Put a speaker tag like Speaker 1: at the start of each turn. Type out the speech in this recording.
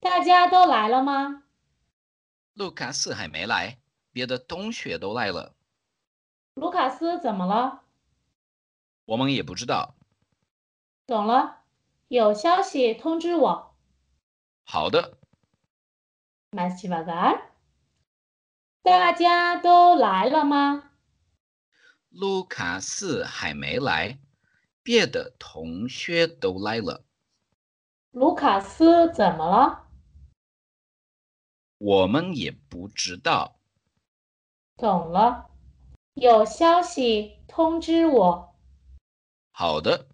Speaker 1: 大家都来了吗？
Speaker 2: 卢卡斯还没来，别的同学都来了，
Speaker 1: 卢卡斯怎么了？
Speaker 2: 我们也不知道。
Speaker 1: 懂了，有消息通知我。
Speaker 2: 好的，
Speaker 1: 马西瓦干，大家都来了吗？
Speaker 2: 卢卡斯还没来，别的同学都来了，
Speaker 1: 卢卡斯怎么了？
Speaker 2: 我们也不知道。
Speaker 1: 懂了，有消息通知我。
Speaker 2: 好的。